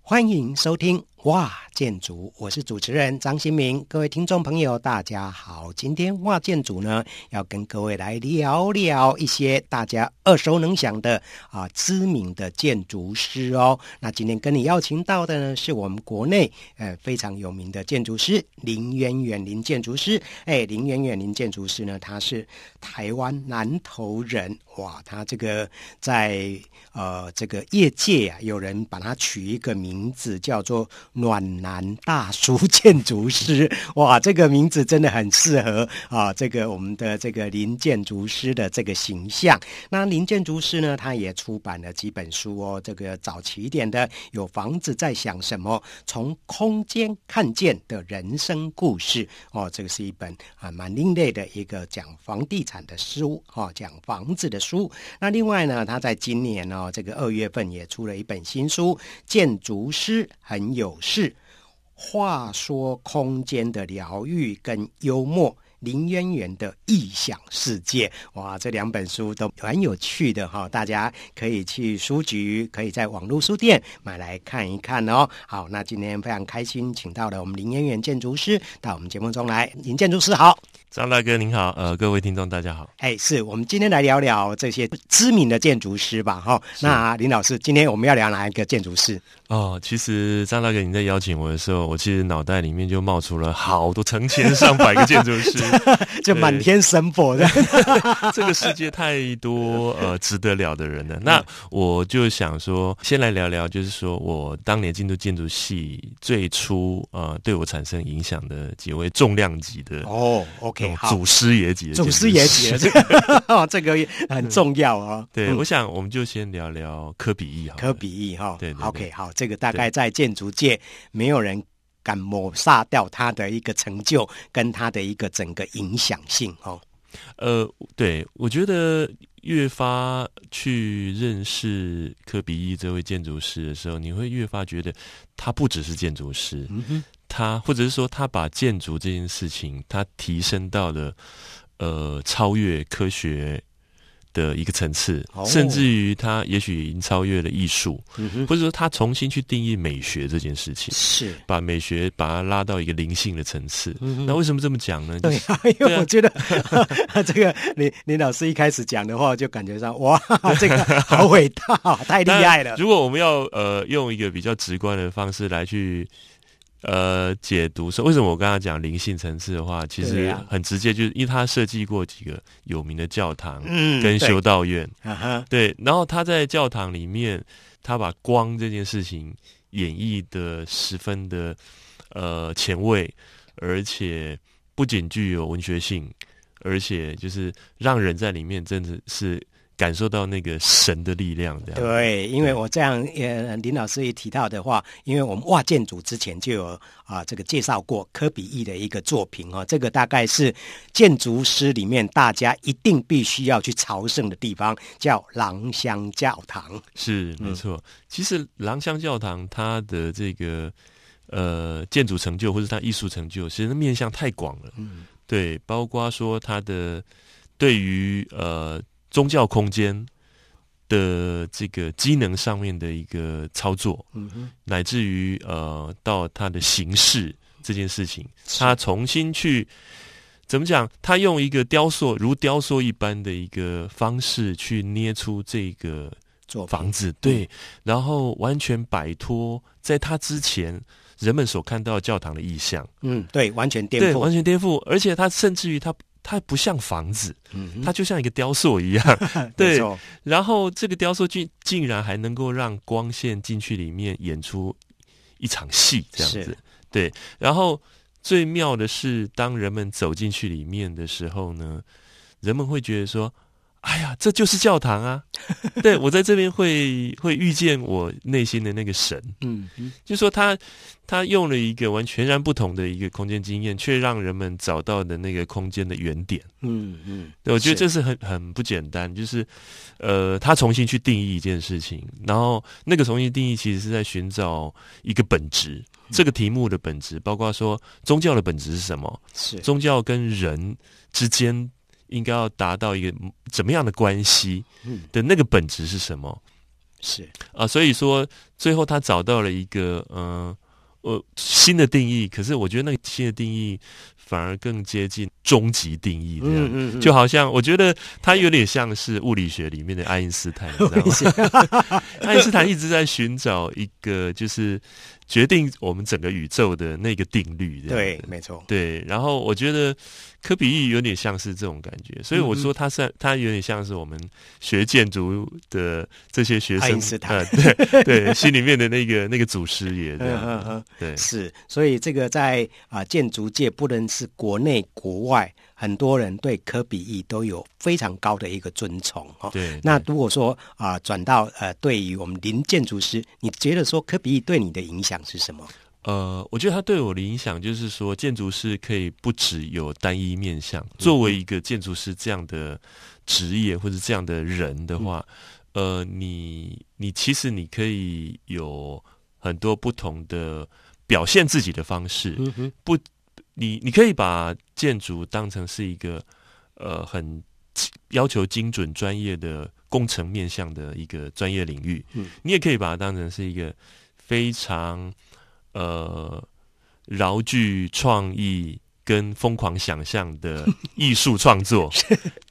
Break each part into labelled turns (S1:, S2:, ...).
S1: 欢迎收听哇建筑，我是主持人张新民，各位听众朋友，大家好。今天哇建筑呢，要跟各位来聊聊一些大家耳熟能详的啊知名的建筑师哦。那今天跟你邀请到的呢，是我们国内呃非常有名的建筑师哎林远远林建筑师。哎，林远远林建筑师呢，他是台湾南投人哇，他这个在呃这个业界啊，有人把他取一个名字叫做“暖男大叔建筑师”， 哇，这个名字真的很适合啊，这个我们的这个林建筑师的这个形象。那林建筑师呢，他也出版了几本书哦，这个早期一点的有《房子在想什么》，从空间看见的人生故事哦，这个是一本啊蛮另类的一个讲房地产的书哦，讲房子的书。那另外呢，他在今年哦，这个二月份也出了一本新书《建筑师很有事》，话说空间的疗愈跟幽默。林渊源的《异想世界》哇，这两本书都蛮有趣的哈、大家可以去书局，可以在网络书店买来看一看哦。好，那今天非常开心，请到了我们林渊源建筑师到我们节目中来。林建筑师好，
S2: 张大哥您好，呃，各位听众大家好。
S1: 哎，是我们今天来聊聊这些知名的建筑师吧，哈。那林老师，今天我们要聊哪一个建筑师？
S2: 哦，其实张大哥您在邀请我的时候，我其实脑袋里面就冒出了好多成千上百个建筑师，
S1: 就满天神佛的，
S2: 这个世界太多呃值得了的人了。那我就想说，先来聊聊，就是说我当年进入建筑系最初呃对我产生影响的几位重量级的
S1: 哦
S2: 那
S1: ，OK，
S2: 种
S1: 好，
S2: 祖师爷级的建
S1: 祖
S2: 筑
S1: 师爷级的，这 个哦这个也很重要哦。
S2: 对，
S1: 嗯
S2: 我想我们就先聊聊科比一好了
S1: 科比意哈，
S2: 对对对
S1: o k 好，这个大概在建筑界没有人敢抹杀掉他的一个成就跟他的一个整个影响性哦。
S2: 呃，对，我觉得越发去认识科比一这位建筑师的时候，你会越发觉得他不只是建筑师，
S1: 嗯哼，
S2: 他或者是说他把建筑这件事情，他提升到了呃超越科学。的一个层次
S1: 哦，
S2: 甚至于他也许已经超越了艺术，
S1: 嗯哼，
S2: 或者说他重新去定义美学这件事情，
S1: 是，
S2: 把美学把它拉到一个灵性的层次。
S1: 嗯哼
S2: 那为什么这么讲呢？就
S1: 对
S2: 是
S1: 啊，因为我觉得 这个林林老师一开始讲的话，就感觉上哇，这个好伟大，太厉
S2: 当
S1: 害
S2: 然，
S1: 了。
S2: 如果我们要呃用一个比较直观的方式来去呃解读，说为什么我刚刚讲灵性层次的话，其
S1: 对
S2: 实
S1: 啊
S2: 很直接，就是因为他设计过几个有名的教堂
S1: 嗯，
S2: 跟
S1: 对
S2: 修，道院，
S1: 啊哈，
S2: 对，然后他在教堂里面，他把光这件事情演绎的十分的呃前卫，而且不仅具有文学性，而且就是让人在里面真的是感受到那个神的力量，这样。
S1: 对，因为我这样，呃，林老师也提到的话，因为我们哇建组之前就有啊、这个介绍过科比 E 一的一个作品哦，这个大概是建筑师里面大家一定必须要去朝圣的地方，叫廊香教堂。
S2: 是没错。其实廊香教堂它的这个呃建筑成就或者它艺术成就，其实面向太广了。
S1: 嗯，
S2: 对，包括说它的对于呃宗教空间的这个机能上面的一个操作，
S1: 嗯哼，
S2: 乃至于呃到它的形式这件事情，它重新去。怎么讲？他用一个雕塑，如雕塑一般的一个方式去捏出这个
S1: 作品
S2: 房子，对，然后完全摆脱在他之前人们所看到教堂的意象，
S1: 嗯，对，完全颠
S2: 对，
S1: 覆，
S2: 完全颠覆，而且它甚至于它它不像房子，
S1: 嗯
S2: 它就像一个雕塑一样，
S1: 哼，
S2: 对
S1: 没错
S2: 然后这个雕塑竟竟然还能够让光线进去里面演出一场戏这样
S1: 是
S2: 子，对。然后最妙的是，当人们走进去里面的时候呢，人们会觉得说：“哎呀，这就是教堂啊！”对我在这边会会遇见我内心的那个神，
S1: 嗯哼，
S2: 就说他他用了一个完全然不同的一个空间经验，却让人们找到的那个空间的原点。
S1: 嗯嗯，
S2: 对，我觉得
S1: 是
S2: 这是很很不简单，就是，呃，他重新去定义一件事情，然后那个重新定义其实是在寻找一个本质，
S1: 嗯
S2: 这个题目的本质，包括说宗教的本质是什么，
S1: 是，
S2: 宗教跟人之间应该要达到一个怎么样的关系
S1: 嗯
S2: 的那个本质是什么，
S1: 是
S2: 啊，所以说最后他找到了一个嗯呃新的定义，可是我觉得那个新的定义反而更接近终极定义这样。
S1: 嗯嗯，
S2: 就好像我觉得他有点像是物理学里面的爱因斯坦，你知道吗？ 爱因斯坦一直在寻找一个就是决定我们整个宇宙的那个定律这样
S1: 对
S2: 子，
S1: 没错，
S2: 对，然后我觉得科比意有点像是这种感觉，所以我说他是他有点像是我们学建筑的这些学
S1: 爱
S2: 生
S1: 因斯，坦
S2: 呃对对，心里面的那个那个祖师爷这
S1: 嗯
S2: 样
S1: 嗯
S2: 子，
S1: 嗯，
S2: 对，
S1: 是，所以这个在啊、建筑界，不论是国内国外，很多人对科比意都有非常高的一个尊崇哦。
S2: 对，
S1: 那如果说啊、转到呃，对于我们林建筑师，你觉得说科比意对你的影响是什么？
S2: 呃，我觉得它对我的影响就是说，建筑师可以不只有单一面向。作为一个建筑师这样的职业或者这样的人的话，呃，你你其实你可以有很多不同的表现自己的方式。
S1: 嗯哼，
S2: 你你可以把建筑当成是一个呃很要求精准专业的工程面向的一个专业领域，
S1: 嗯，
S2: 你也可以把它当成是一个非常呃饶具创意跟疯狂想象的 艺术创作，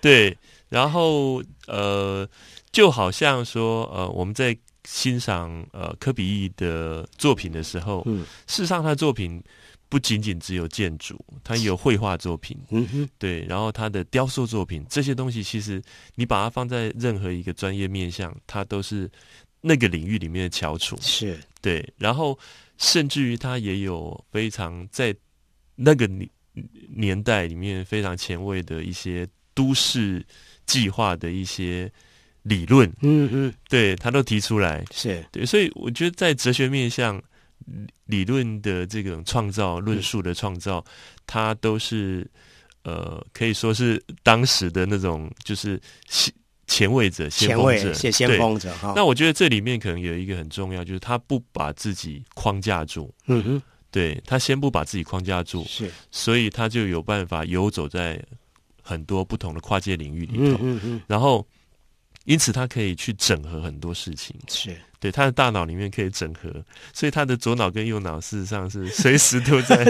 S2: 对，然后呃就好像说呃我们在欣赏呃科比意的作品的时候，
S1: 嗯
S2: 事实上，他的作品不仅仅只有建筑，他也有绘画作品，
S1: 嗯哼，
S2: 对，然后他的雕塑作品这些东西，其实你把它放在任何一个专业面向，它都是那个领域里面的翘楚，
S1: 是，
S2: 对，然后甚至于他也有非常在那个年年代里面非常前卫的一些都市计划的一些理论，
S1: 嗯哼，
S2: 对他都提出来，
S1: 是，
S2: 对，所以我觉得在哲学面向理理论的这种创造、
S1: 嗯
S2: 论述的创造，它都是呃，可以说是当时的那种就是先前卫者、先
S1: 前
S2: 锋
S1: 卫
S2: 者、
S1: 是先
S2: 对。
S1: 锋者哈。
S2: 那我觉得这里面可能有一个很重要，就是他不把自己框架住，
S1: 嗯哼，
S2: 对他先不把自己框架住，
S1: 是，
S2: 所以他就有办法游走在很多不同的跨界领域里
S1: 嗯
S2: 头，
S1: 嗯嗯，
S2: 然后因此他可以去整合很多事情。
S1: 是。
S2: 对，他的大脑里面可以整合，所以他的左脑跟右脑事实上是随时都 在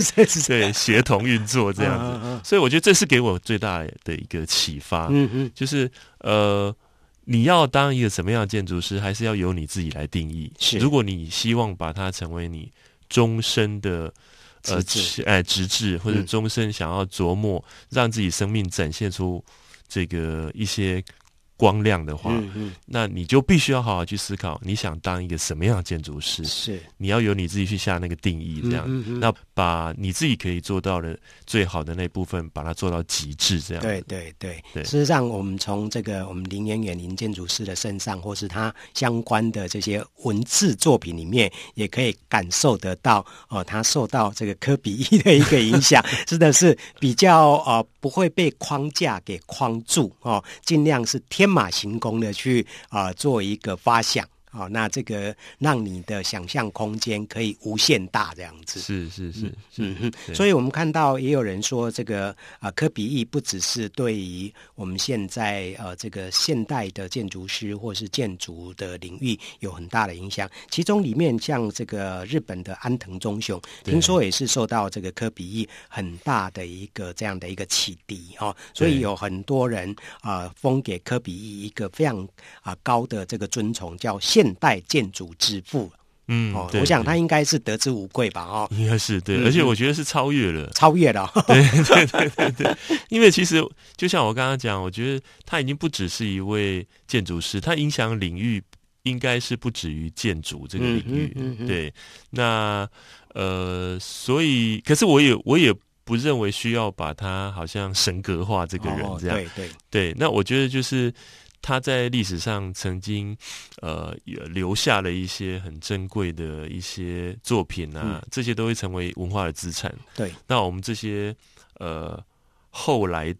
S2: 对协同运作这样子。
S1: 子，
S2: 所以我觉得这是给我最大的一个启发，
S1: 啊嗯嗯，
S2: 就是呃，你要当一个什么样的建筑师，还是要由你自己来定义。
S1: 是
S2: 如果你希望把它成为你终身的。呃，
S1: 职志
S2: 职哎，职志或者
S1: 嗯
S2: 终身想要琢磨，让自己生命展现出这个一些光亮的话，
S1: 嗯嗯
S2: 那你就必须要好好去思考，你想当一个什么样的建筑师，
S1: 是
S2: 你要由你自己去下那个定义，这样。
S1: 嗯嗯嗯
S2: 那把你自己可以做到的最好的那部分，把它做到极致，这样。
S1: 对对对，
S2: 对
S1: 事实上，我们从这个我们林园远林建筑师的身上，或是他相关的这些文字作品里面，也可以感受得到哦、他受到这个科比一的一个影 响，真的是比较呃不会被框架给框住哦，尽量是天马行空的去啊、呃做一个发想。哦，那这个让你的想象空间可以无限大，这样子。
S2: 是是是是
S1: 嗯，哼，
S2: 对
S1: 所以我们看到也有人说，这个啊、科比意不只是对于我们现在呃这个现代的建筑师或是建筑的领域有很大的影响。其中里面像这个日本的安藤忠雄，
S2: 对
S1: 听说也是受到这个科比意很大的一个这样的一个启迪哦，所以
S2: 对
S1: 有很多人啊、封给科比意一个非常啊、高的这个尊崇，叫现代建筑之父
S2: 嗯
S1: 哦。
S2: 对
S1: 我想
S2: 对
S1: 他应该是得之无愧吧哦。
S2: 应该是对，
S1: 嗯
S2: 而且我觉得是超越了，
S1: 超越了哦，
S2: 因为其实就像我刚刚讲，我觉得他已经不只是一位建筑师，他影响领域应该是不止于建筑这个领域。
S1: 嗯哼嗯哼
S2: 对，那呃，所以可是我也我也不认为需要把他好像神格化这个人
S1: 哦
S2: 这样。
S1: 对对，
S2: 对，那我觉得就是他在历史上曾经呃也留下了一些很珍贵的一些作品
S1: 嗯
S2: 啊，这些都会成为文化的资产。
S1: 对，
S2: 那我们这些呃后来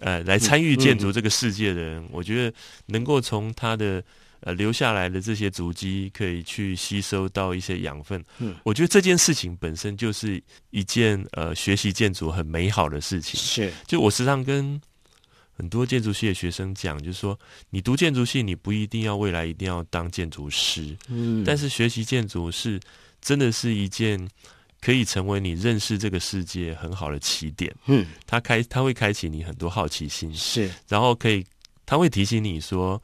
S2: 呃来参与
S1: 嗯
S2: 建
S1: 嗯
S2: 筑这个世界的人，我觉得能够从他的。呃，留下来的这些足迹可以去吸收到一些养分，
S1: 嗯
S2: 我觉得这件事情本身就是一件呃学习建筑很美好的事情。
S1: 是，
S2: 就我时常跟很多建筑系的学生讲，就是说你读建筑系，你不一定要未来一定要当建筑师，
S1: 嗯，
S2: 但是学习建筑是真的是一件可以成为你认识这个世界很好的起点。
S1: 嗯
S2: 它开它会开启你很多好奇心，
S1: 是
S2: 然后可以它会提醒你说，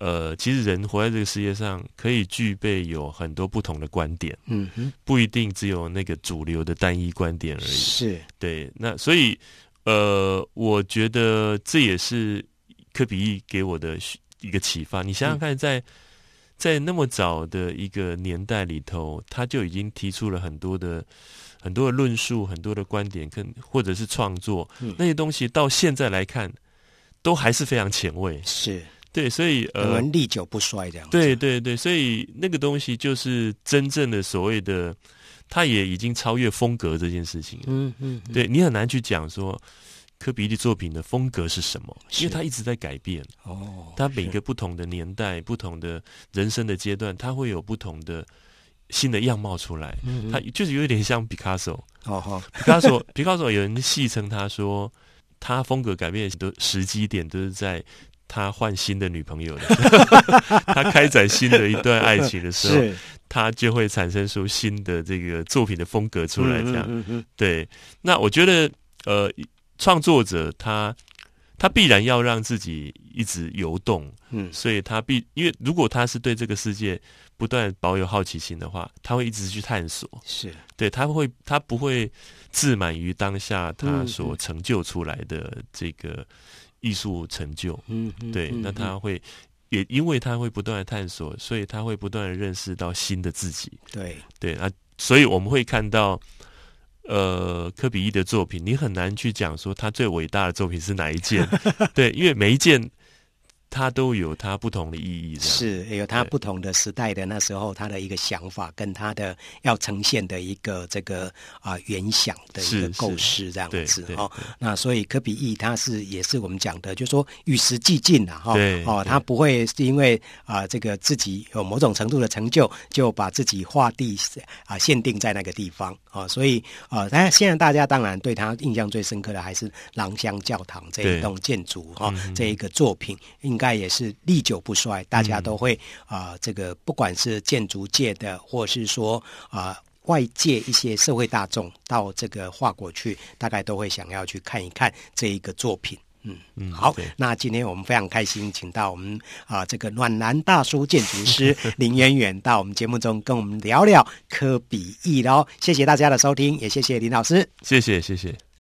S2: 呃，其实人活在这个世界上可以具备有很多不同的观点，
S1: 嗯哼
S2: 不一定只有那个主流的单一观点而已。
S1: 是
S2: 对，那所以呃，我觉得这也是科比一给我的一个启发。你
S1: 嗯
S2: 想想看在，在那么早的一个年代里头，他就已经提出了很多的很多的论述、很多的观点，跟或者是创作、
S1: 嗯
S2: 那些东西，到现在来看，都还是非常前卫。
S1: 是，
S2: 对，所以
S1: 我
S2: 呃，
S1: 们历久不衰这样子。
S2: 对对对，所以那个东西就是真正的所谓的，它也已经超越风格这件事情了。
S1: 嗯，嗯嗯，
S2: 对你很难去讲说科比的作品的风格是什么，因
S1: 是
S2: 为他一直在改变，
S1: 哦，
S2: 他每个不同的年代、不同的人生的阶段，他会有不同的新的样貌出来。
S1: 嗯
S2: 他就是有点像 Picasso，
S1: 哦哈，
S2: 皮卡 索，皮卡索有人戏称他说，他风格改变的时机点都是在他换新的女朋友的时候， 他开展新的一段爱情的时候，
S1: 是
S2: 他就会产生出新的这个作品的风格出来，这样。
S1: 嗯嗯嗯
S2: 对，那我觉得呃，创作者他他必然要让自己一直游动，
S1: 嗯，
S2: 所以他必因为如果他是对这个世界不断保有好奇心的话，他会一直去探索，
S1: 是
S2: 对他会他不会自满于当下他
S1: 嗯
S2: 所
S1: 嗯
S2: 成就出来的这个艺术成就，
S1: 嗯，嗯
S2: 对，
S1: 嗯
S2: 那
S1: 嗯
S2: 他会。也因为他会不断的探索，所以他会不断的认识到新的自己。
S1: 对
S2: 对啊，所以我们会看到，呃，科比一的作品，你很难去讲说他最伟大的作品是哪一 件，对，因为每一件它都有它不同的意义，这样
S1: 是也有他
S2: 对
S1: 不同的时代的那时候他的一个想法跟他的要呈现的一个这个啊、原想的一个
S2: 是
S1: 构
S2: 是
S1: 思这样
S2: 对
S1: 子
S2: 对
S1: 哦。那所以科比意他是也是我们讲的，就是说与时俱进了哈。
S2: 对
S1: 哦，
S2: 对
S1: 他不会是因为啊、这个自己有某种程度的成就，就把自己画地啊、限定在那个地方啊、所以啊，当、然现在大家当然对他印象最深刻的还是廊香教堂这一
S2: 对
S1: 栋建筑哈、这一个作品应该也是历久不衰，大家都会啊、这个不管是建筑界的，或是说啊。外界一些社会大众到这个法国去，大概都会想要去看一看这一个作品。嗯，
S2: 嗯
S1: 好
S2: 对，
S1: 那今天我们非常开心，请到我们啊、这个暖男大叔建筑 师林渊远到我们节目中跟我们聊聊科比意喽。谢谢大家的收听，也谢谢林老师。
S2: 谢谢，谢谢。